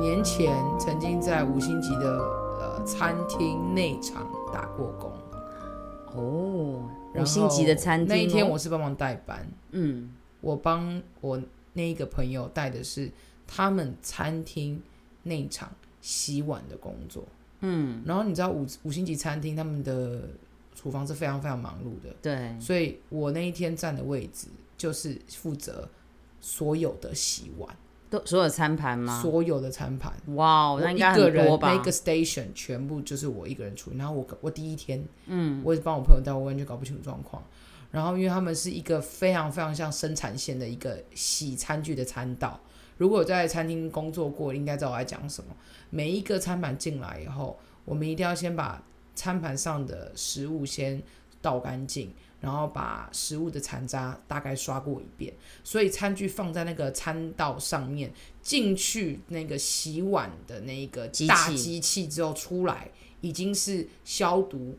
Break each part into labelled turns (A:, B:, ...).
A: 年前曾经在五星级的呃餐厅内场打过工，
B: 哦，
A: 然后
B: 五星级的餐厅哦。
A: 那一天我是帮忙代班，
B: 嗯，
A: 我帮我那一个朋友带的是他们餐厅内场洗碗的工作。嗯，然后你知道五五星级餐厅他们的厨房是非常非常忙碌的，
B: 对，
A: 所以我那一天站的位置就是负责所有的洗碗，
B: 都所有餐盘吗？
A: 所有的餐盘。
B: 哇哦，
A: 我
B: 那应
A: 一
B: 该
A: 个
B: 很
A: 人
B: 多吧
A: 那？个 station 全部就是我一个人处理。然后我我第一天，嗯，我也帮我朋友带，我完全搞不清楚状况。然后因为他们是一个非常非常像生产线的一个洗餐具的餐道。如果有在餐厅工作过，应该知道我在讲什么。每一个餐盘进来以后，我们一定要先把餐盘上的食物先倒干净，然后把食物的残渣大概刷过一遍。所以餐具放在那个餐道上面，进去那个洗碗的那一个
B: 机器
A: 大机器之后出来，已经是消毒，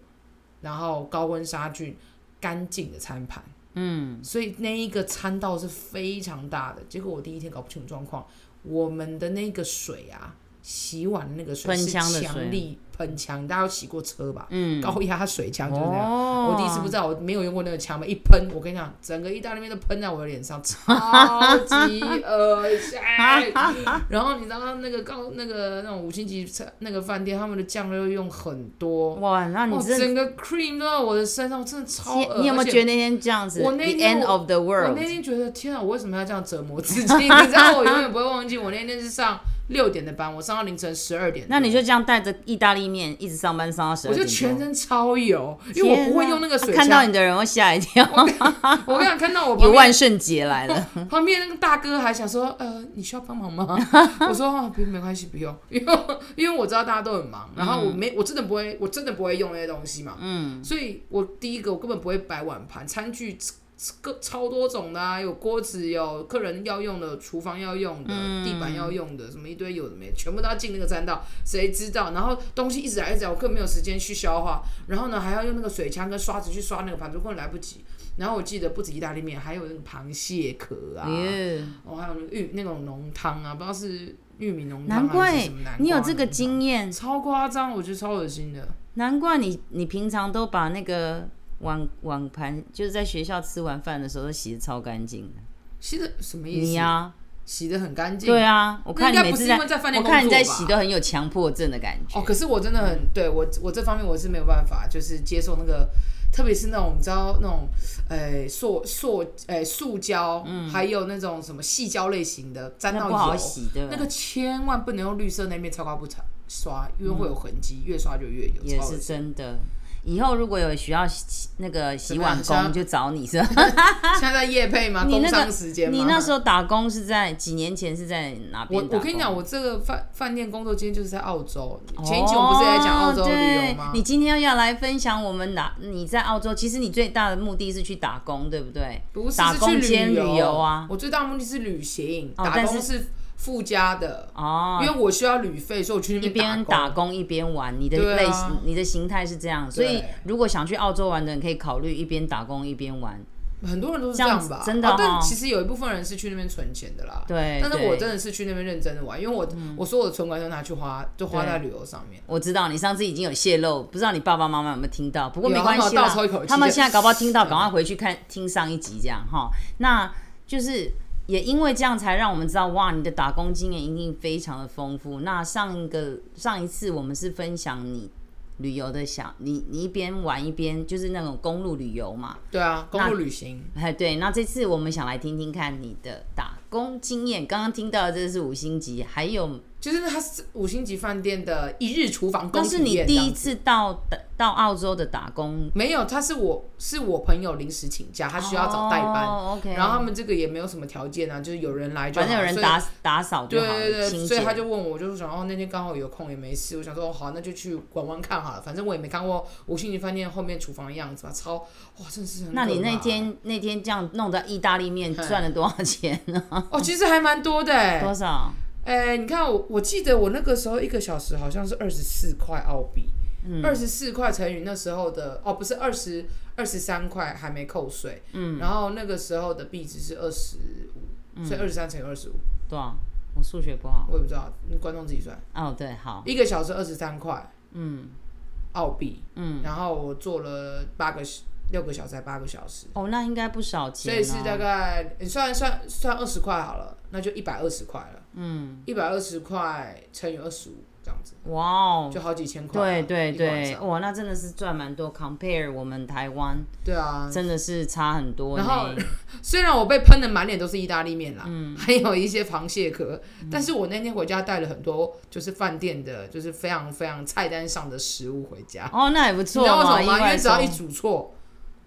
A: 然后高温杀菌干净的餐盘。嗯，所以那一个餐道是非常大的。结果我第一天搞不清楚状况，我们的那个水啊，洗碗的那个水
B: 喷
A: 是
B: 枪的水
A: 强力喷枪，大家有洗过车吧？
B: 嗯，
A: 高压水枪就是那样。
B: 哦
A: 我第一次不知道，我没有用过那个枪嘛，一喷，我跟你讲，整个意大利面都喷在我的脸上，超级恶 心。然后你知道那个高那个那种五星级餐那个饭店，他们的酱料用很多，
B: 哇，那啊你
A: 哇，
B: 真的，
A: 哦整个 cream 都在我的身上，我真的超恶
B: 你你有没有觉
A: 得？
B: 得那天这样子
A: 我
B: ？The
A: 那天
B: end
A: 我
B: of the
A: 我
B: world
A: 那。天觉得天啊，我为什么要这样折磨自己？ 你知道，我永远不会忘记，我那天是上六点的班，我上到凌晨十二点多。
B: 那你就这样带着意大利面一直上班上到十
A: 我
B: 二
A: 就
B: 点
A: 全
B: 多，啊
A: 身超油，因为我不会用那个水
B: 看到
A: 枪。
B: 你的人会吓一跳，
A: 我跟你讲，看到我旁
B: 有
A: 边
B: 万圣节来了。
A: 旁边那个大哥还想说，呃，你需要帮忙吗？ 我说啊，不，没关系，不用，因为因为我知道大家都很忙，然后我没，我真的不会，我真的不会用那些东西嘛，嗯，所以我第一个我根本不会摆碗盘、餐具，各超多种的啊，有锅子，有客人要用的，厨房要用的，地板要用的，什么一堆有的没的，全部都要进那个餐道，谁知道？然后东西一直来一直来，我根本没有时间去消化，然后呢还要用那个水枪跟刷子去刷那个盘子，根本来不及。然后我记得不止意大利面，还有那个螃蟹壳啊，
B: 耶
A: 哦，还有那个玉那种浓汤啊，不知道是玉米浓汤
B: 难
A: 还是
B: 怪
A: 什么啊南瓜
B: 你有这个
A: 浓
B: 经验
A: 汤，，超夸张，我觉得超恶心的。
B: 难怪你你平常都把那个碗碗盘，就是在学校吃完饭的时候都洗的超干净的。
A: 洗的什么意
B: 你
A: 思？
B: 呀、
A: 洗的很干净。
B: 对啊，我看你
A: 那应该
B: 每
A: 不是
B: 次
A: 因为在饭店
B: 我看
A: 工
B: 你
A: 作
B: 在
A: 吧
B: 洗都很有强迫症的感觉。
A: 哦，可是我真的很对我我这方面我是没有办法，就是接受那个，特别是那种你知道那种，呃，塑塑呃塑胶，还有那种什么细胶类型的沾
B: 嗯那
A: 到
B: 不好
A: 油，
B: 洗的，
A: 那个千万不能用绿色那面超刮不擦刷，因为会有痕迹，越刷就越有。
B: 嗯也
A: 超恶
B: 是
A: 心
B: 真的。以后如果有需要洗那个洗碗
A: 怎么样
B: 工，就找你是吧？
A: 现在在夜配吗？
B: 你
A: 工
B: 那个
A: 商时间吗？
B: 你那时候打工是在几年前是在哪边
A: 我
B: 打工？
A: 我跟你讲，我这个饭饭店工作今天就是在澳洲。前一集我们不是也在讲澳洲
B: 哦
A: 旅游
B: 对
A: 吗？
B: 你今天要来分享我们哪？你在澳洲，其实你最大的目的是去打工，对不对？
A: 不是
B: 打
A: 是
B: 工
A: 去
B: 兼
A: 旅
B: 旅游啊
A: 我最大的目的是旅行，
B: 哦
A: 打
B: 但
A: 工
B: 是
A: 是附加的，
B: 哦，
A: 因为我需要旅费，所以我去
B: 一
A: 那
B: 边
A: 边
B: 打
A: 工。
B: 工一边玩，你的
A: 对啊
B: 类型、你的形态是这样，所以如果想去澳洲玩的人，可以考虑一边打工一边玩。
A: 很多人都是
B: 这样
A: 吧，
B: 子真的
A: 啊
B: 哦
A: 但其实有一部分人是去那边存钱的啦。
B: 对，
A: 但是
B: 对
A: 我真的是去那边认真的玩，因为我我所有的存款都拿去花，就花在旅游上面。
B: 我知道你上次已经有泄露，不知道你爸爸妈妈有没有听到？不过
A: 有啊
B: 没关系
A: 他们有
B: 啦
A: 倒抽一口，气
B: 他们现在搞不好 听到，赶快回去看听上一集这样哈。那就是也因为这样，才让我们知道哇，你的打工经验一定非常的丰富。那上一个上一次我们是分享你旅游的想，你你一边玩一边就是那种公路旅游嘛。
A: 对啊，公路旅行。
B: 哎，对，那这次我们想来听听看你的打工经验。刚刚听到的这是五星级，还有
A: 就是它是五星级饭店的一日厨房
B: 那
A: 公
B: 是
A: 体
B: 你
A: 验
B: 第
A: 这
B: 一
A: 样子
B: 次到到澳洲的打工
A: 没有，他是我是我朋友临时请假，他需要找代班，
B: 哦、OK，
A: 然后他们这个也没有什么条件啊，就是有人来就好，
B: 反正有人
A: 所以
B: 打打扫就
A: 对
B: 好了，
A: 对对，
B: 清
A: 所以
B: 洁
A: 他就问我，就是想哦，那天刚好有空也没事，我想说、哦、好，那就去玩玩看好了，反正我也没看过五星级饭店后面厨房的样子吧，超哇，真的是很
B: 那你
A: 可怕
B: 那天那天这样弄的意大利面
A: 嗯
B: 赚了多少钱 呢？
A: 哦，其实还蛮多的哎，
B: 多少？
A: 哎，你看我我记得我那个时候一个小时好像是二十四块澳币，
B: 嗯
A: 二十四块乘以那时候的哦不是二十二十三块还没扣税，
B: 嗯
A: 嗯，然后那个时候的币值是二十五，所以二十三乘以二十五。
B: 多少？我数学不好。
A: 我也不知道，观众自己算。
B: 哦，对，好，
A: 一个小时二十三块
B: 嗯
A: 澳币，
B: 嗯，
A: 然后我做了八个小六个小时，还八个小时，
B: 哦，那应该不少钱、
A: 所以
B: 哦。
A: 是大概你算算算二十块好了，那就一百二十块了，
B: 嗯，
A: 一百二十块乘以二十五这样子，
B: 哇哦，
A: 就好几千块
B: 对
A: 啊。
B: 对
A: 一个晚
B: 对，
A: 上
B: 哇，那真的是赚蛮多。Compare 我们台湾，
A: 对啊。
B: 真的是差很多呢。
A: 然后虽然我被喷的满脸都是意大利面啦，
B: 嗯
A: 还有一些螃蟹壳，但是我那天回家带了很多就是饭店的，就是非常非常菜单上的食物回家。
B: 哦，那也不
A: 你
B: 错
A: 知道为什
B: 嘛，
A: 么吗？因为
B: 外
A: 只要一煮
B: 送
A: 错，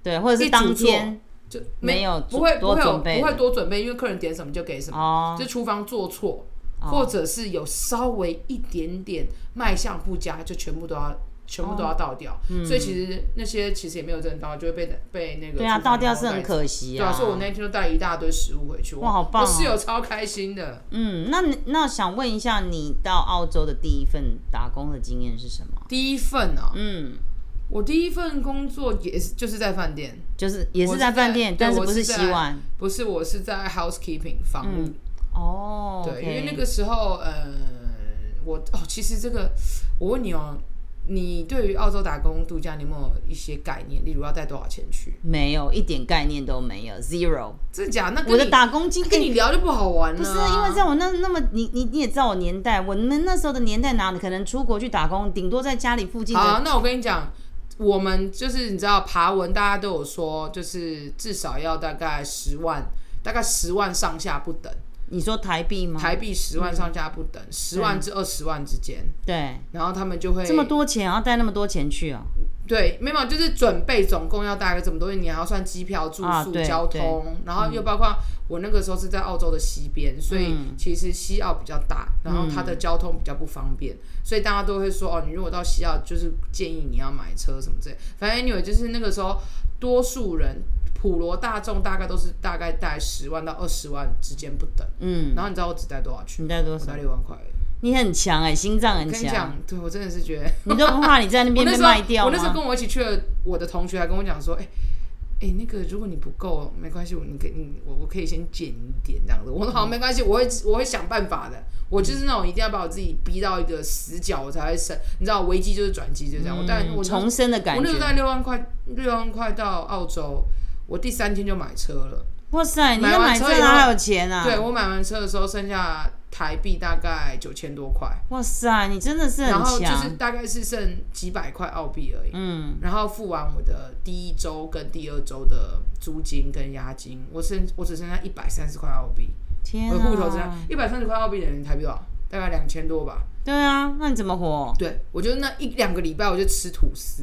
B: 对，或者
A: 一
B: 是当
A: 煮错
B: 天
A: 就
B: 没有
A: 不会不
B: 多
A: 会有
B: 准备
A: 不会
B: 的
A: 多准备，因为客人点什么就给什么，
B: 哦，
A: 就厨房做错，
B: 哦
A: 或者是有稍微一点点卖相不佳，就全部都要全部都
B: 哦
A: 要倒掉。
B: 嗯
A: 所以其实那些其实也没有真的倒，就会被被那个
B: 对啊，
A: 厨房
B: 倒掉是
A: 带
B: 很
A: 走
B: 可惜
A: 对啊，所以我那天就带一大堆食物回去，我
B: 哇好棒哦
A: 我室友超开心的。
B: 嗯，那你那想问一下，你到澳洲的第一份打工的经验是什么？
A: 第一份啊，
B: 嗯，
A: 我第一份工作也是就是在饭店，
B: 就是也
A: 我
B: 是
A: 是
B: 在饭
A: 在
B: 店，
A: 对
B: 但是
A: 我
B: 不
A: 是
B: 洗
A: 在
B: 碗
A: 不是我是在 housekeeping 房务。
B: 哦。
A: 对，因为
B: 嗯 OK
A: 那个时候，呃，我哦，其实这个，我问你哦，你对于澳洲打工度假，你有没有一些概念？例如要带多少钱去？
B: 没有一点概念都没有，zero。
A: 真假？那
B: 我
A: 跟
B: 的
A: 你
B: 打工经
A: 那跟
B: 验
A: 你聊就不好玩了。啊
B: 不是因为在我那那么你你你也知道我年代，我们那时候的年代哪里可能出国去打工，顶多在家里附近的
A: 好，那我跟你讲，我们就是你知道爬文，大家都有说，就是至少要大概十万，大概十万上下不等，
B: 你说台币吗？
A: 台币十万上下不等，十、万至二十万之间，
B: 对，
A: 然后他们就会
B: 嗯这么多钱，然后带那么多钱去哦。
A: 对，没有，就是准备总共要大概这么多，因为你还要算机票、住宿、
B: 啊对嗯
A: 交通，然后又包括我那个时候是在澳洲的西边，所以其实西澳比较大，然后它的交通比较不方便，所以大家都会说哦，你如果到西澳，就是建议你要买车什么之类。反正 anyway，就是那个时候多数人普罗大众大概都是大概在十万到二十万之间不等。
B: 嗯，
A: 然后你知道我只带多少去？
B: 你带多
A: 我
B: 少？
A: 带六万块而已。
B: 你很强哎、心脏
A: 我
B: 很
A: 跟你
B: 强，
A: 讲，对我真的是觉得。
B: 你都不怕你在那
A: 我
B: 边
A: 那
B: 被
A: 时候
B: 卖掉
A: 我那时候
B: 吗？
A: 跟我一起去的我的同学还跟我讲说，哎、哎、那个如果你不够没关系，我你给你我我可以先减一点这样子。我说好，没关系，我会我会想办法的。我就是那种一定要把我自己逼到一个死角，我才会生。你知道危机就是转机，就是这样。我当然
B: 嗯
A: 我那
B: 重生的感
A: 我那时候
B: 觉。
A: 带六万块六万块到澳洲，我第三天就买车了。
B: 哇塞，你要
A: 买完
B: 买
A: 车
B: 车
A: 以后
B: 哪有钱啊？
A: 对我买完车的时候剩下台币大概九千多块，
B: 哇塞，你真的是
A: 然后
B: 很
A: 就是
B: 强。
A: 大概是剩几百块澳币而已。
B: 嗯，
A: 然后付完我的第一周跟第二周的租金跟押金，我剩我只剩下一百三十块澳币，
B: 天
A: 我的户头只剩
B: 啊！
A: 一百三十块澳币等于台币多少？大概两千多吧。
B: 对啊，那你怎么活？
A: 对，我觉得那一两个礼拜我就吃吐司。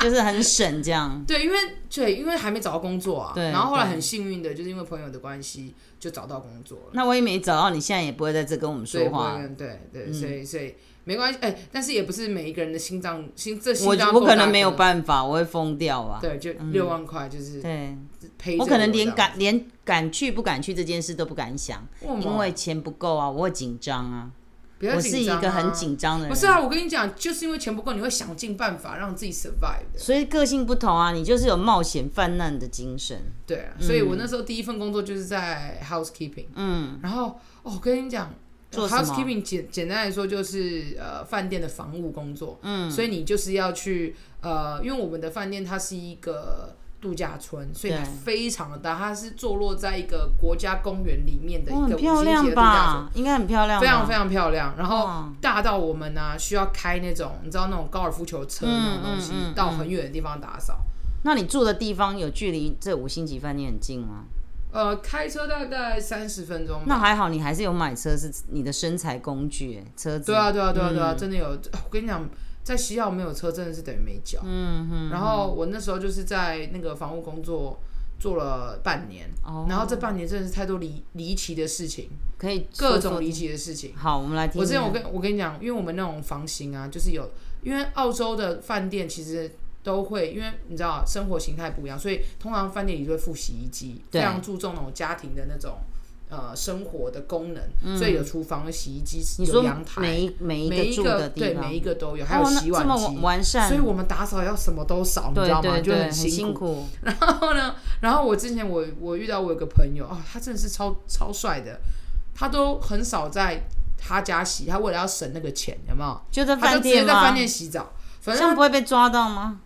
B: 就是很省这样。
A: 对，因为对，因为还没找到工作啊。
B: 嗯对
A: 然后后来
B: 对
A: 很幸运的，就是因为朋友的关系，就找到工作了。
B: 那我也没找到你，现在也不会在这跟我们
A: 所以
B: 说话嗯
A: 不。会对对，所以所以没关系。哎，但是也不是每一个人的心脏心这心
B: 我
A: 脏
B: 我
A: 够
B: 可
A: 大
B: 能没有办法，我会疯掉吧。
A: 对，就六万块就是
B: 对，
A: 陪着
B: 我可能连
A: 这样
B: 敢连敢去不敢去这件事都不敢想，
A: 哇
B: 因为钱不够啊，我会紧张啊，
A: 不要
B: 我是一
A: 紧张
B: 个很
A: 啊
B: 紧张的
A: 不
B: 人。
A: 是啊，我跟你讲，就是因为钱不够，你会想尽办法让自己 survive 的。
B: 所以个性不同啊，你就是有冒险犯难的精神。
A: 对啊，所以我那时候第一份工作就是在 housekeeping，
B: 嗯，
A: 然后哦，我跟你讲
B: 做什么
A: ，housekeeping 简简单来说就是呃饭店的房务工作，嗯，所以你就是要去呃，因为我们的饭店它是一个。度假村，所以它
B: 对
A: 非常的大，它是坐落在一个国家公园里面的一
B: 哇，
A: 个
B: 哦很
A: 五
B: 漂
A: 星级
B: 亮
A: 的度假村，
B: 吧？应该很漂亮吧，
A: 非常非常漂亮。然后
B: 哇
A: 大到我们呢、啊需要开那种你知道那种高尔夫球车那种东西，
B: 嗯嗯嗯
A: 到很远的地方打扫。
B: 那你住的地方有距离这五星级饭店很近吗？
A: 呃，开车大概三十分钟吧。
B: 那还好，你还是有买车，是你的身材工具欸，车子。
A: 对啊，对啊，对啊，
B: 嗯
A: 对啊，真的有。 我跟你讲，在西澳没有车真的是等于没脚。
B: 嗯哼，
A: 然后我那时候就是在那个房屋工作做了半年，
B: 哦
A: 然后这半年真的是太多离离奇的事情，
B: 可以
A: 各
B: 说
A: 种
B: 说
A: 离奇的事情。
B: 好，我们来听听。
A: 我之前我跟我跟你讲，因为我们那种房型啊，就是有，因为澳洲的饭店其实都会，因为你知道生活形态不一样，所以通常饭店里就会附洗衣机，非
B: 对
A: 常注重那种家庭的那种呃生活的功能，所以有厨房、有洗衣机、
B: 嗯你
A: 有
B: 说
A: 阳台，
B: 每一每
A: 每
B: 一个住的地
A: 对
B: 方，
A: 每一个都有，还有
B: 哦那
A: 洗碗
B: 这
A: 机。
B: 么完善，
A: 所以我们打扫要什么都扫，你
B: 对
A: 知道吗？
B: 对
A: 就
B: 对，很
A: 辛
B: 辛苦。
A: 然后呢，然后我之前我我遇到我有个朋友哦，他真的是超超帅的，他都很少在他家洗，他为了要省那个钱，有没有？
B: 就在
A: 他
B: 饭
A: 就直接
B: 店
A: 在饭
B: 吗？
A: 店洗澡，
B: 这
A: 反
B: 样
A: 正
B: 不会被抓到吗？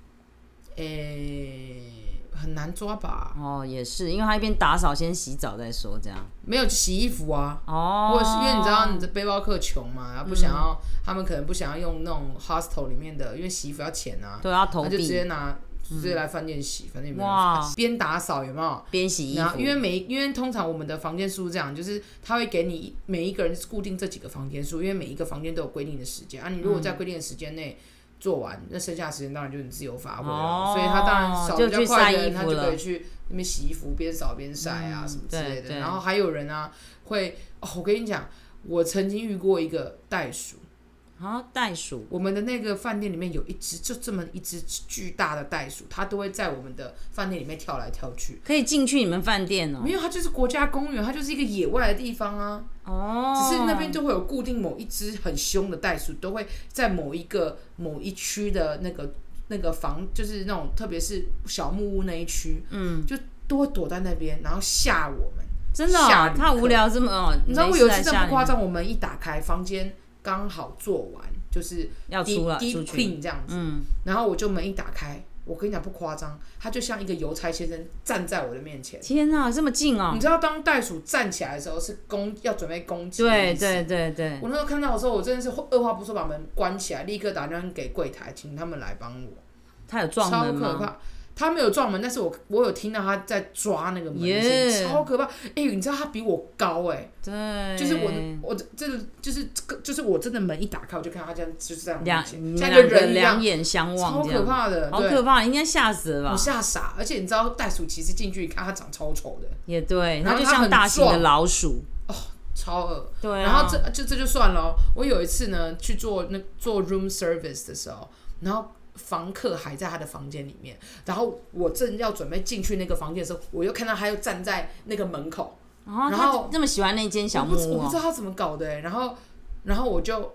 A: 诶、很难抓吧？
B: 哦，也是，因为他一边打扫先洗澡再说这样。
A: 没有洗衣服啊。
B: 哦，嗯
A: 或者是因为你知道你的背包客穷嘛，然后不想要、他们可能不想要用那种 hostel 里面的，因为洗衣服要钱啊，
B: 对要投
A: 他就直
B: 币
A: 接拿直接来饭店洗，反正也没有
B: 哇
A: 人洗边打扫有没有？
B: 边洗衣
A: 然后
B: 服，
A: 因为每因为通常我们的房间数是这样，就是他会给你每一个人固定这几个房间数，因为每一个房间都有规定的时间啊，你如果在
B: 嗯
A: 规定的时间内。做完，那剩下的时间当然就是你自由发挥了、
B: 哦
A: 所以他当然扫比较快的人，
B: 就去晒衣服
A: 他就可以去那边洗衣服，边扫边晒啊、
B: 嗯
A: 什么之类
B: 对
A: 的。
B: 对
A: 然后还有人啊，会哦，我跟你讲，我曾经遇过一个袋鼠，
B: 啊袋鼠
A: 我们的那个饭店里面有一只，就这么一只巨大的袋鼠，它都会在我们的饭店里面跳来跳去。
B: 可以进去你们饭店哦。
A: 没有，它就是国家公园，它就是一个野外的地方啊。
B: 哦，
A: 只是那边就会有固定某一只很凶的袋鼠，都会在某一个某一区的那个那个房，就是那种特别是小木屋那一区，嗯，就都会躲在那边，然后吓我们。
B: 真的、
A: 吓
B: 哦
A: 旅，客
B: 他无聊这么哦，
A: 你知道
B: 没
A: 我
B: 事
A: 有一
B: 来
A: 次这
B: 吓
A: 么
B: 你
A: 夸张，我们一打开房间刚好做完，就是
B: 要
A: deep
B: 出了
A: deep
B: 出去，
A: clean 这样子，
B: 嗯，
A: 然后我就门一打开，我跟你讲不夸张，他就像一个邮差先生站在我的面前。
B: 天啊，这么近哦
A: 你，知道，当袋鼠站起来的时候是攻要准备攻击，
B: 对对对对，
A: 我那时候看到的时候，我真的是二话不说把门关起来，立刻打电话给柜台，请他们来帮我。
B: 他有撞
A: 超
B: 门
A: 可
B: 吗？
A: 怕！他没有撞门，但是我我有听到他在抓那个门的
B: Yeah
A: 声音，超可怕！哎、你知道他比我高哎、
B: 对，
A: 就是我哦我这个就是这个就是我真的门一打开，我就看到他这样就是这样
B: 两
A: 像
B: 两
A: 一个
B: 个
A: 人一
B: 两
A: 样，
B: 眼相望，
A: 超
B: 这
A: 可
B: 样，
A: 怕的，
B: 好
A: 对，
B: 可怕，应该吓死了
A: 我
B: 吧？
A: 吓傻。而且你知道袋鼠其实近距离看它长超丑的，
B: 也对，
A: 然
B: 它
A: 后
B: 就
A: 它
B: 像
A: 很
B: 大型的
A: 壮
B: 老鼠，
A: 超恶。
B: 对啊，
A: 然后这就这就算了哦、我有一次呢去做那做 room service 的时候，然后房客还在他的房间里面，然后我正要准备进去那个房间的时候，我又看到他又站在那个门口，
B: 然后
A: 然
B: 他
A: 后
B: 这么喜欢那间小
A: 我
B: 木
A: 不知
B: 屋
A: 我不知
B: 哦，
A: 道他怎么搞的欸、然后然后我就。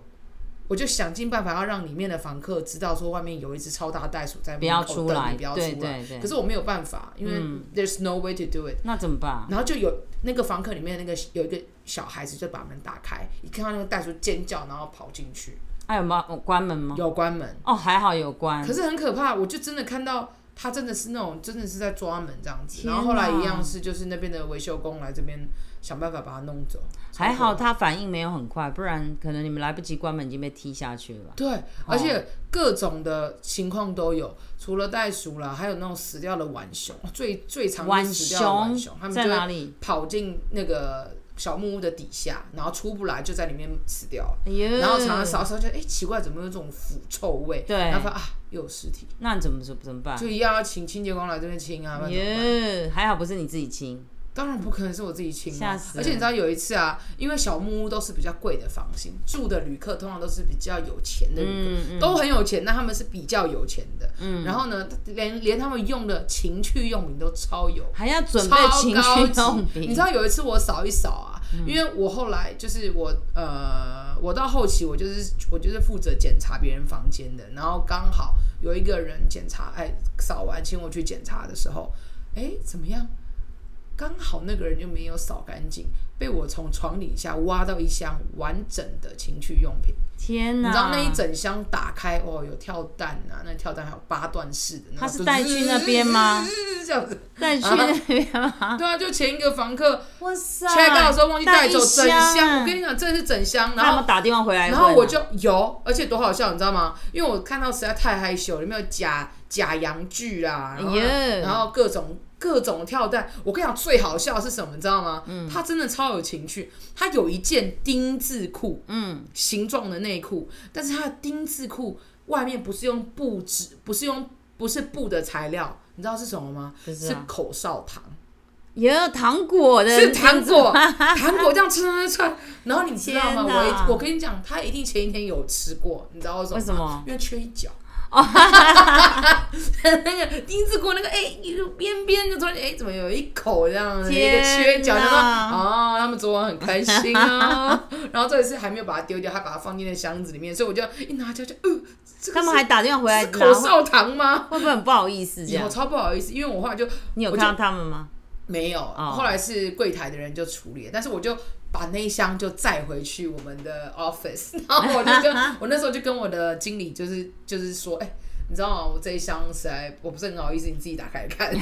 A: 我就想尽办法要让里面的房客知道，说外面有一只超大袋鼠在
B: 不
A: 门
B: 要
A: 口等
B: 出
A: 你
B: 来，
A: 不要出
B: 对
A: 来。
B: 对对嗯
A: 可，是我没有办法，因为 there's no way to do it。
B: 那怎么办？
A: 然后就有那个房客里面那个有一个小孩子就把门打开，一看到那个袋鼠尖叫，然后跑进去，
B: 还有吗？关门吗？
A: 有关门，
B: 哦，还好有关
A: 可，是很可怕，我就真的看到他真的是那种真的是在抓门这样子，
B: 天
A: 然后
B: 哪
A: 后来一样是就是那边的维修工来这边想办法把它弄走，
B: 还
A: 超
B: 好
A: 可怕。
B: 他反应没有很快，不然可能你们来不及关门已经被踢下去了吧。
A: 对，而且各种的情况都有，除了袋鼠啦，还有那种死掉的浣熊，最最常
B: 浣
A: 死掉的浣熊
B: 熊，
A: 他们
B: 在
A: 就会
B: 哪里？
A: 跑进那个小木屋的底下，然后出不来，就在里面死掉了。
B: 哎呦
A: 然后常常扫扫就哎、诶奇怪，怎么有这种腐臭味？
B: 对
A: 然后发现啊又有尸体，
B: 那你怎么怎么怎么办？
A: 就一样要请清洁工来这边清啊。不然怎么办
B: 耶，还好不是你自己亲，
A: 当然不可能是我自己清
B: 吓
A: 啊
B: 死！人
A: 而且你知道有一次啊，因为小木屋都是比较贵的房型，住的旅客通常都是比较有钱的旅客，
B: 嗯，
A: 都很有钱，那他们是比较有钱的。嗯，然后呢，连连他们用的情趣用品都超有
B: 还要准备
A: 超
B: 情
A: 高
B: 趣
A: 级
B: 用
A: 你
B: 品嗯
A: 知，道有一次我扫一扫啊，因为我后来就是我呃，我到后期我就是我就是负责检查别人房间的，然后刚好有一个人检查，哎，扫完请我去检查的时候，哎，怎么样？刚好那个人就没有扫干净，被我从床底下挖到一箱完整的情趣用品。
B: 天
A: 你
B: 哪！
A: 知道那一整箱打开哦，有跳蛋啊，那跳蛋还有八段式的，
B: 他是带去那边吗？
A: 这样子，
B: 带去那边吗？
A: 对啊，就前一个房客
B: 哇塞
A: check out 的时候忘记带走整
B: 带一箱
A: 箱，我跟你讲，真的是整箱。
B: 他
A: 然
B: 有没
A: 后，
B: 有打电话回来问
A: 然
B: 啊？
A: 后我就有，而且多好笑，你知道吗？因为我看到实在太害羞，里面有假假洋剧啦，然后
B: 哎呦
A: 然后各种各种跳蛋。我跟你讲，最好笑的是什么，你知道吗？嗯，他真的超有情趣。他有一件丁字裤，嗯，形状的内裤，但是他的丁字裤外面不是用布纸，不是用不是布的材料，你知道是什么吗？
B: 不知道
A: 是口哨糖。
B: 也有糖果嗯的，
A: 是糖果，糖果这样穿穿穿，然后你知道吗？
B: 天哪
A: 我一我跟你讲，他一定前一天有吃过，你知道为什么？
B: 为什么？哦
A: 因为缺一角。 那个丁字裤那个哎，一路边边就突然哎，怎么有一口这样子一
B: 天
A: 个缺角？
B: 哪
A: 然后哦，他们昨晚很开心啊。 然后这一次还没有把它丢掉，还把它放进那箱子里面，所以我就一拿起来就，呃，这个
B: 他们
A: 是
B: 还打电话回来
A: 是
B: 拿，
A: 口
B: 会
A: 哨糖吗？
B: 不会很不后意思这
A: 以后
B: 样？
A: 超不好意思，因为我后来就
B: 你有
A: 我
B: 看
A: 就
B: 到他们吗？
A: 没有，
B: 哦
A: 后来是柜台的人就处理了，但是我就把那一箱就载回去我们的 office，然 后我就 跟我那时候就跟我的经理就是就是说，哎、你知道吗？我这一箱实在我不是很好意思，你自己打开看。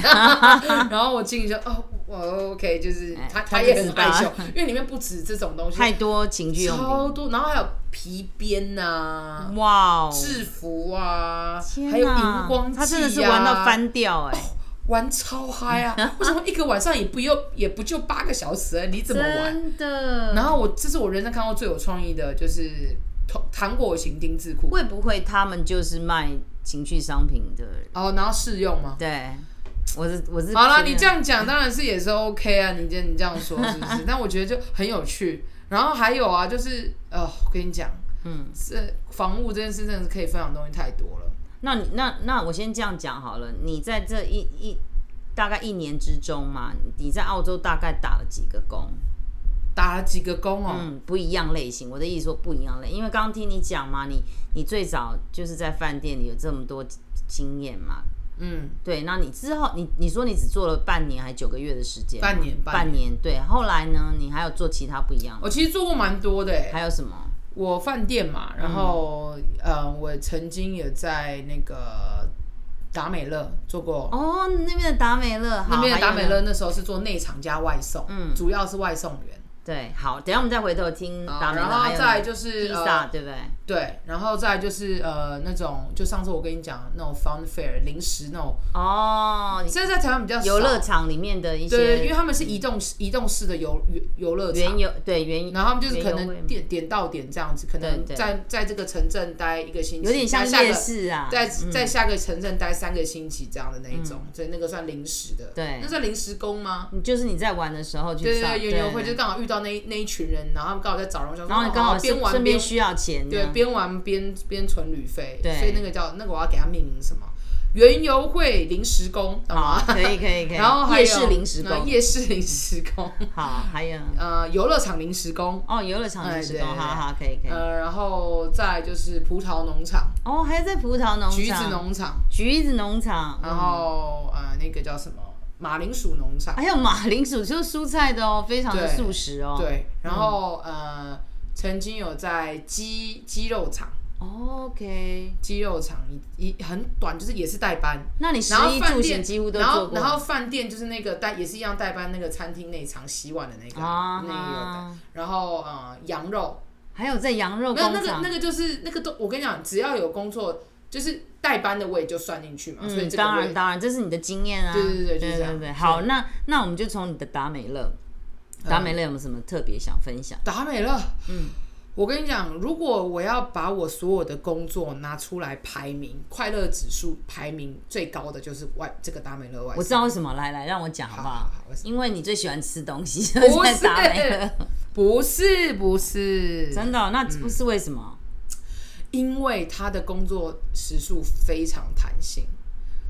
A: 然后我经理就哦，我 OK，就是
B: 哎
A: 他
B: 他
A: 他
B: 不
A: 也很
B: 知道
A: 害羞，因为里面不止这种东西，
B: 太多情趣
A: 超
B: 用
A: 多，然后还有皮鞭呐、
B: 品，哇哦！
A: 制服啊，
B: 天
A: 还有
B: 哪
A: 荧光剂、啊，
B: 他真的是玩到翻掉哎、
A: 玩超嗨 啊！为什么一个晚上也不用也不就八个小时、啊？你怎么玩？
B: 真的。
A: 然后我这是我人生看过最有创意的，就是糖糖果型丁字裤
B: 会不会他们就是卖情趣商品的人？
A: 哦，然后试用吗？
B: 对，我是我是
A: 好啦，
B: 觉得
A: 你这样讲当然是也是 OK 啊，你这你这样说是不 是？但我觉得就很有趣。然后还有啊，就是呃，我跟你讲，嗯，这房屋这件事真的是可以分享的东西太多了。
B: 那你那那我先这样讲好了，你在这一一大概一年之中嘛，你在澳洲大概打了几个工？
A: 打了几个工哦，
B: 嗯，不一样类型。我的意思说不一样类，因为刚刚听你讲嘛，你你最早就是在饭店里有这么多经验嘛。
A: 嗯，
B: 对，那你之后你你说你只做了半年还九个月的时间吗，
A: 半年半
B: 半年，对。后来呢，你还有做其他不一样的，
A: 我哦其实做过蛮多的欸
B: 还有什么？
A: 我饭店嘛，然后、呃，我曾经也在那个达美乐做过，
B: 哦，那边的达美乐，好
A: 那边的达美，
B: 还有
A: 乐
B: 呢
A: 那时候是做内场加外送，嗯，主要是外送员。
B: 对，好，等一下我们再回头听
A: 啊
B: 达美乐，
A: 然后
B: 还有呢
A: 再就是
B: 披
A: 呃
B: 萨，对不对？
A: 对，然后再就是呃那种，就上次我跟你讲那种 fun fair 零食那种，
B: 哦，
A: 现在在台湾比较少
B: 游乐场里面的一
A: 对，因为
B: 些
A: 他们是移动移动式的游游游乐场，
B: 原游，对原，
A: 然后他们就是可
B: 园游会
A: 能
B: 嘛
A: 点点到点这样子，可能
B: 对对
A: 在在这个城镇待一个星期，
B: 有点像
A: 那下个
B: 夜市啊，
A: 在在下个城镇待三个星期这样的那一种，所以那个算临时的，
B: 嗯对啊
A: 那算临时工吗？
B: 你嗯就是你在玩的时候去
A: 对对
B: 上
A: 对，园游会就刚好遇到那一那一群人，然后他们刚好在找人，我想说
B: 然后你刚
A: 哦
B: 好
A: 边
B: 顺
A: 玩
B: 顺
A: 边
B: 便需要钱，
A: 对，边玩边边存旅费，
B: 对
A: 所以那个叫那个我要给他命名什么？园游会临时工，懂
B: 好
A: 吗？，
B: 可以可以 可以，
A: 然后还有
B: 哦夜市零食
A: 呃
B: 工，嗯
A: 夜市临时 工，
B: 好，还有
A: 呃，游乐场临时工，
B: 哦游乐场零食
A: 哎对
B: 工，
A: 对
B: 好好可以可以，
A: 呃，然后再就是葡萄农场、
B: 哦还在葡萄农
A: 橘子
B: 场，
A: 农场，
B: 橘子农场，
A: 然
B: 嗯
A: 后呃那个叫什么马铃薯农场。
B: 还有马铃薯就是蔬菜的哦，非常的
A: 对
B: 素食哦，
A: 对，然后、呃，曾经有在鸡鸡肉厂，
B: 哦，OK，
A: 鸡肉厂一一很短，就是也是代班，
B: 那你食
A: 然后
B: 衣
A: 饭
B: 住行
A: 店
B: 几乎都
A: 然
B: 做
A: 后
B: 过
A: 然后饭店就是那个代也是一样代班那个餐厅内场洗碗的那个、
B: 啊
A: 那个有的，然后呃羊肉，
B: 还有在羊肉
A: 没有
B: 工
A: 那个
B: 厂，
A: 那个就是那个都我跟你讲，只要有工作就是代班的我也就算进去嘛，所以
B: 嗯，
A: 这个
B: 当
A: 我
B: 然
A: 也
B: 当然，这是你的经验啊，
A: 对对对
B: 对
A: 就是这样
B: 对对好，那那我们就从你的达美乐，达
A: 嗯
B: 美乐有没有什么特别想分享？
A: 达美乐，嗯。我跟你讲，如果我要把我所有的工作拿出来排名，快乐指数排名最高的就是外这个达美乐外
B: 我知道为什么，来来，让我讲好不
A: 好
B: 好
A: 好好为？
B: 因为你最喜欢吃东西，所以
A: 不
B: 在
A: 是
B: 达美乐，
A: 不是不是，
B: 真的哦，那
A: 嗯
B: 不是为什么？
A: 因为他的工作时数非常弹性，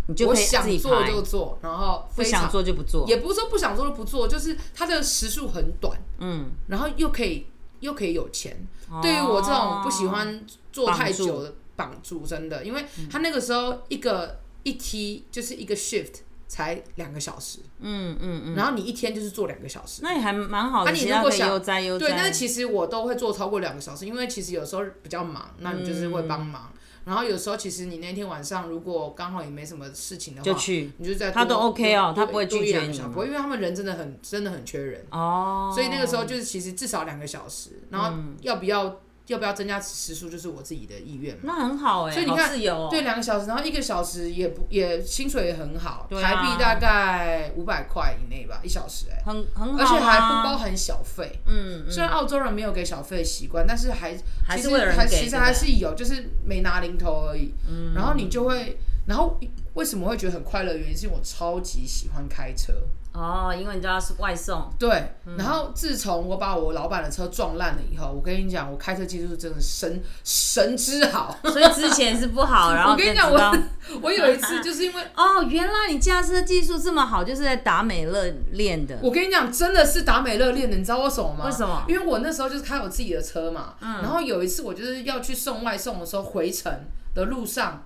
B: 你就
A: 我
B: 可以自
A: 想
B: 己
A: 做
B: 排，
A: 就做，然后
B: 不
A: 非常
B: 想做就不做，
A: 也不是说不想做就不做，就是他的时数很短，
B: 嗯，
A: 然后又可以又可以有钱。
B: 哦
A: 对于我这种不喜欢做太久的绑住，真的，因为
B: 嗯
A: 他那个时候一个一梯就是一个 shift 才两个小时，
B: 嗯嗯嗯，
A: 然后你一天就是做两个小时。
B: 那也还蛮好
A: 那
B: 的，
A: 啊你
B: 其
A: 如
B: 他
A: 果
B: 可以
A: 想
B: 悠哉悠哉，
A: 对，但是其实我都会做超过两个小时，因为其实有时候比较忙，那你就是
B: 嗯
A: 会帮忙。然后有时候其实你那天晚上如果刚好也没什么事情的话，
B: 就去
A: 你就在
B: 他都 OK 哦他不会拒绝你吗
A: 不会，因为他们人真的很真的很缺人，
B: 哦，嗯
A: 所以那个时候就是其实至少两个小时，然后要不要要不要增加时数就是我自己的意愿嘛。
B: 那很好哎，
A: 所以你看
B: 好自由哦，
A: 对，两个小时，然后一个小时也不也薪水也很好，
B: 对啊
A: 台币大概五百块以内吧，一小时哎、
B: 很很好，啊
A: 而且还不包，含小费。
B: 嗯，
A: 虽然澳洲人没有给小费的习惯，但是还
B: 还
A: 其
B: 是
A: 实
B: 会有人
A: 还
B: 给
A: 其实
B: 对不
A: 还
B: 对嗯
A: 是有，就是没拿零头而已。然后你就会，然后为什么会觉得很快乐？原因是我超级喜欢开车。
B: 哦，因为你知道是外送，
A: 对，
B: 嗯
A: 然后自从我把我老板的车撞烂了以后，我跟你讲，我开车技术真的神神之好。
B: 所以之前是不好，然 后
A: 我跟你
B: 才
A: 讲，
B: 知道
A: 我我有一次就是因为
B: 哦，原来你驾车技术这么好，就是在达美乐练的。
A: 我跟你讲，真的是达美乐练的，你知道为什么吗？
B: 为什么
A: 因为我那时候就是开我自己的车嘛，然后有一次我就是要去送外送的时候，回程的路上，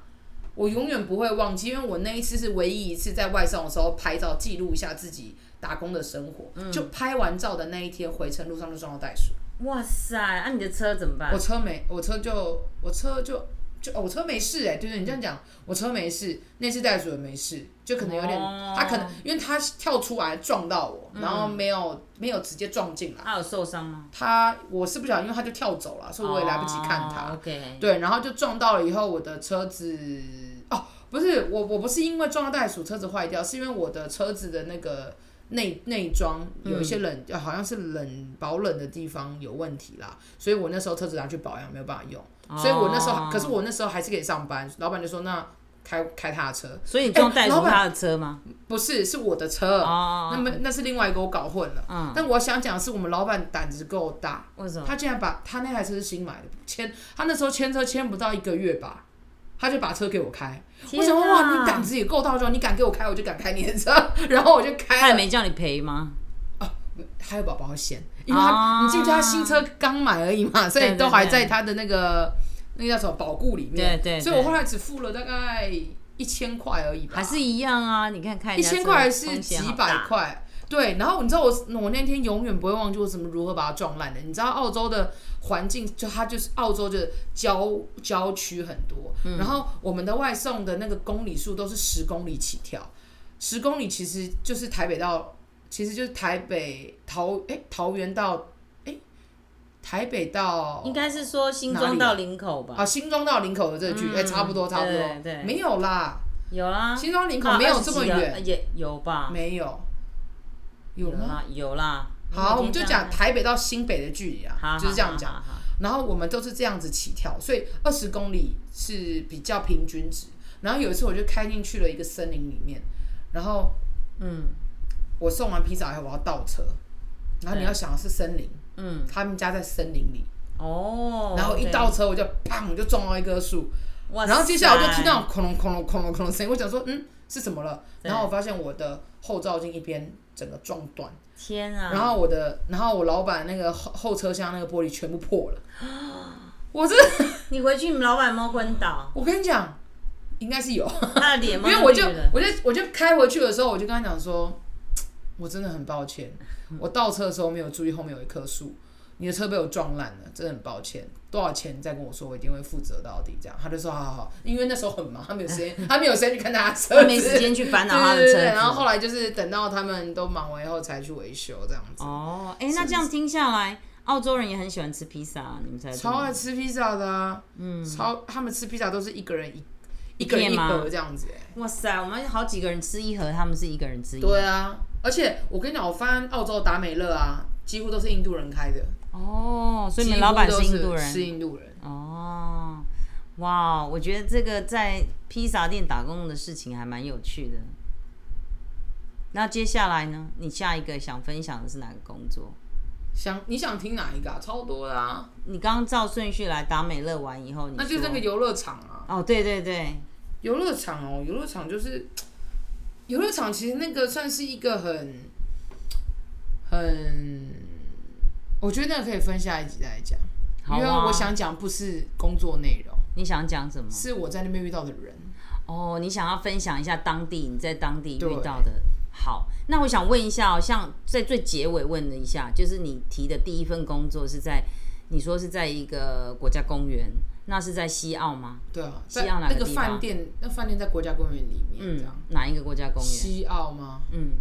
A: 我永远不会忘记，因为我那一次是唯一一次在外送的时候拍照记录一下自己打工的生活。就拍完照的那一天，回程路上就撞到袋鼠，
B: 哇塞，那、你的车怎么办
A: 我？车没，我车就我车就就、哦我车没事哎、对对，你这样讲，我车没事，那只袋鼠也没事，就可能有点，
B: 哦
A: 它可能因为它跳出来撞到我，然后没有没有直接撞进来，
B: 他啊有受伤吗？
A: 它我是不小心，因为它就跳走了，所以我也来不及看它。
B: 哦 OK，
A: 对，然后就撞到了以后，我的车子哦，不是我，我不是因为撞到袋鼠车子坏掉，是因为我的车子的那个内内装有一些冷，呃好像是冷保冷的地方有问题啦，所以我那时候车子拿去保养没有办法用，所以我那时
B: 哦
A: 候，可是我那时候还是可以上班，老板就说那开开他的车，
B: 所以你撞袋鼠
A: 哎老板
B: 他的车吗？
A: 不是是我的车，
B: 哦，
A: 那么那是另外一个我搞混了，
B: 嗯
A: 但我想讲的是我们老板胆子够大，
B: 为什么？
A: 他竟然把他那台车是新买的，签他那时候签车签不到一个月吧，他就把车给我开。我想说
B: 天啊哪
A: 哇，你胆子也够大，就你敢给我开，我就敢开你的车，然后我就
B: 他
A: 开
B: 也
A: 了。
B: 没叫你赔吗？
A: 还有保保险，因为他、
B: 啊
A: 你记不记得他新车刚买而已嘛，所
B: 对
A: 以
B: 对
A: 都还在他的那个那个叫什么保固里面。
B: 对对对
A: 所以我后来只付了大概一千块而已吧，
B: 还是一样啊？你看看
A: 一
B: 人家
A: 千
B: 车
A: 块还是
B: 风险
A: 几
B: 好
A: 百
B: 大，
A: 块。对，然后你知道我我那天永远不会忘记我怎么如何把它撞烂的。你知道澳洲的环境，就它就是澳洲的郊郊区很多，
B: 嗯
A: 然后我们的外送的那个公里数都是十公里起跳，十公里其实就是台北到，其实就是台北桃哎、桃园到哎、台北到
B: 应该是说新
A: 哪里
B: 庄
A: 啊
B: 到林口吧？
A: 啊新庄到林口的这个距离，哎、
B: 嗯
A: 差不多差不多
B: 对，对
A: 没有啦，
B: 有啊啦，
A: 新庄林口
B: 那
A: 没有这么
B: 20几个
A: 远
B: 呃，也有吧？
A: 没有，有
B: 有啊
A: 吗？
B: 啦，有啦。
A: 好，我们就讲
B: 好
A: 台北到新北的距离啊，就是这样讲。。
B: 好好好
A: 然后我们都是这样子起跳，所以二十公里是比较平均值。然后有一次我就开进去了一个森林里面，然后
B: 嗯
A: 我送完披萨以后我要倒车，然后你要想的是森林，
B: 嗯，
A: 他们家在森林里，
B: 哦。
A: 然后一
B: OK
A: 倒，车我就砰我就撞到一棵树，
B: 哇
A: 然后接下来我就听
B: 塞
A: 到恐龙恐龙恐龙恐龙声音，我想说嗯是什么了？
B: 对
A: 然后我发现我的后照镜一边整个撞断。
B: 天啊！
A: 然后我的，然后我老板那个后后车厢那个玻璃全部破 了。我这，？
B: 你回去，你们老板有没有昏倒
A: 我跟你讲，应该是有，
B: 他的脸
A: 因
B: 蒙
A: 为我
B: 绿
A: 就
B: 了
A: 我就我就开回去的时候，我就跟他讲说，我真的很抱歉，
B: 嗯
A: 我倒车的时候没有注意后面有一棵树，你的车被我撞烂了，真的很抱歉。多少钱你再跟我说，我一定会负责到底。这样，他就说好好好，因为那时候很忙，他没有时 间，他没有时间去看他的车
B: 他
A: 子，
B: 没时间去烦恼他的
A: 对对
B: 车
A: 对，
B: 子。
A: 然后后来就是等到他们都忙完以后才去维修这样子。
B: 哦，哎，那这样听下来，澳洲人也很喜欢吃披萨，你们才
A: 超爱吃披萨的、啊，嗯，超他们吃披萨都是一个人一一个人
B: 片
A: 一
B: 吗
A: 盒这样子、欸，
B: 哇塞，我们好几个人吃一盒，他们是一个人吃一盒。
A: 对啊，而且我跟你讲，我发现澳洲达美乐啊，几乎都是印度人开的，
B: 哦，所以你
A: 几
B: 们
A: 乎
B: 老板
A: 都
B: 是
A: 是
B: 印度人
A: 是。印度人，
B: 哦，哇，我觉得这个在披萨店打工的事情还蛮有趣的。那接下来呢？你下一个想分享的是哪个工作？
A: 想你想听哪一个啊？超多的啊，
B: 你刚刚照顺序来达美乐完以后，嗯你
A: 那就是
B: 说
A: 那个游乐场啊，
B: 哦，对对对，
A: 游乐场哦，游乐场就是游乐场，其实那个算是一个很很，我觉得那个可以分下一集再讲，
B: 好
A: 因为
B: 啊
A: 我想讲不是工作内容。
B: 你想讲什么？
A: 是我在那边遇到的人。
B: 哦，你想要分享一下当地你在当地
A: 对
B: 遇到的。好，那我想问一下、哦，像在最结尾问了一下，就是你提的第一份工作是在，你说是在一个国家公园，那是在西澳吗？
A: 对啊，
B: 西
A: 在
B: 澳哪
A: 那
B: 个
A: 个
B: 地方
A: 饭店，那饭店在国家公园里面，这
B: 嗯
A: 样。，
B: 哪一个国家公园？
A: 西澳吗？
B: 嗯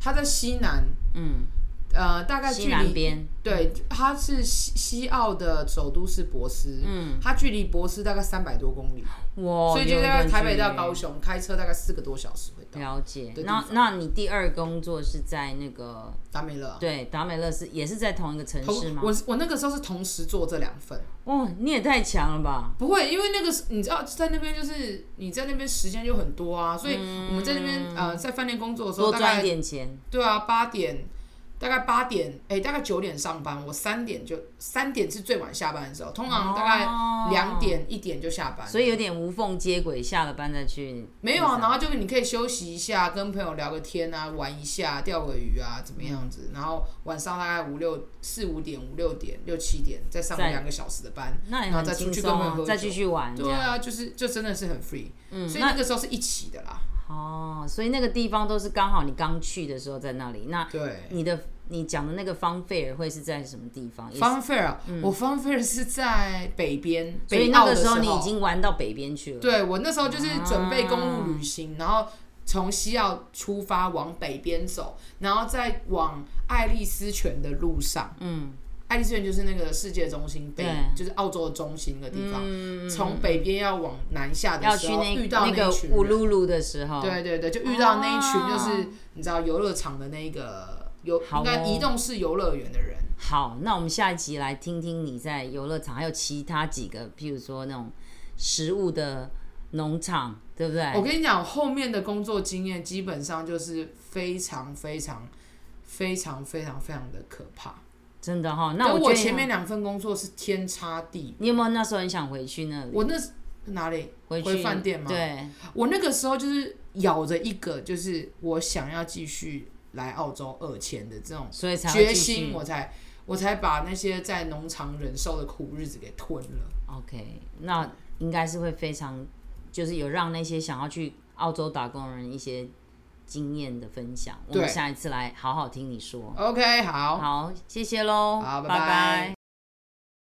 A: 它在西南，
B: 嗯，
A: 呃，大概
B: 西
A: 距
B: 南
A: 离
B: 边。
A: 对，它是西西澳的首都是博斯，
B: 嗯，哦
A: 它距离博斯大概三百多公里，
B: 哇，
A: 所以就
B: 嗯有一
A: 在
B: 段
A: 台北
B: 距离
A: 到高。雄开车大概四个多小时会到
B: 了解
A: 的，地
B: 那
A: 方
B: 那你第二工作是在那个
A: 达美乐啊。
B: 对达美乐是也是在同一个城市
A: 同
B: 吗？
A: 我是我那个时候是同时做这两份，
B: 哦，你也太强了吧！
A: 不会，因为那个是你知道，在那边就是你在那边时间就很多啊，所以我们在那边、呃在饭店工作的时候，
B: 嗯多
A: 大
B: 赚
A: 概
B: 一点钱，
A: 对啊，八点大概八点，哎、大概九点上班，我三点就三点是最晚下班的时候，通常大概
B: 哦
A: 两点一点就下班了，
B: 所以有点无缝接轨，下了班再去。
A: 没有啊，然后就你可以休息一下，跟朋友聊个天啊，玩一下，钓个鱼啊，怎么样子？然后晚上大概五六四五点、五六点、六七点再上
B: 在
A: 两个小时的班，
B: 嗯那也
A: 然后
B: 很
A: 再出
B: 轻
A: 去
B: 松
A: 跟朋友
B: 啊
A: 喝，酒
B: 再继续玩这
A: 对
B: 样。
A: 啊，就是就真的是很 free，、
B: 嗯
A: 所以
B: 那
A: 那个时候是一起的啦，
B: 哦，所以那个地方都是刚好你刚去的时候在那里。那
A: 对。
B: 你的你讲的那个方费尔会是在什么地方？也是嗯
A: Fun Fair，、啊，我 Fun Fair 是在北边，
B: 所以
A: 北
B: 那
A: 澳
B: 个
A: 的
B: 时
A: 时
B: 候你已经玩到北边去了。
A: 对我那时候就是准备公
B: 啊
A: 路旅行，然后从西澳出发往北边走，然后再往爱丽丝泉的路上。
B: 嗯，
A: 爱丽丝泉就是那个世界中心北
B: 对，嗯
A: 就是澳洲的中心的地方。从北边要往南下
B: 要
A: 的啊时
B: 去
A: 候，
B: 那
A: 遇到
B: 那
A: 一
B: 个
A: 群
B: 乌
A: 人
B: 鲁鲁的时候，
A: 对对对，就遇到那一群就是、
B: 哦
A: 你知道游乐场的那个游，
B: 好
A: 应
B: 哦
A: 该移动式游乐园的人。
B: 好，那我们下一集来听听你在游乐场还有其他几个，譬如说那种食物的农场，对不对？
A: 我跟你讲，后面的工作经验基本上就是非常非常非常非常非常的可怕。
B: 真的哈、哦那
A: 跟
B: 觉
A: 我
B: 得
A: 前面两份工作是天差地，
B: 你有没有那时候很想回去那里？
A: 我那时哪里？
B: 回去
A: 回饭店吗
B: 对，
A: 我那个时候就是咬着一个，就是我想要继续来澳洲二签的这种
B: 所以才会
A: 决
B: 继续
A: 心，我才我才把那些在农场忍受的苦日子给吞了。
B: OK，那应该是会非常，就是有让那些想要去澳洲打工的人一些经验的分享。我们
A: 对
B: 下一次来好好听你说。
A: OK，好，
B: 好，谢谢喽，
A: 好拜
B: 拜
A: 拜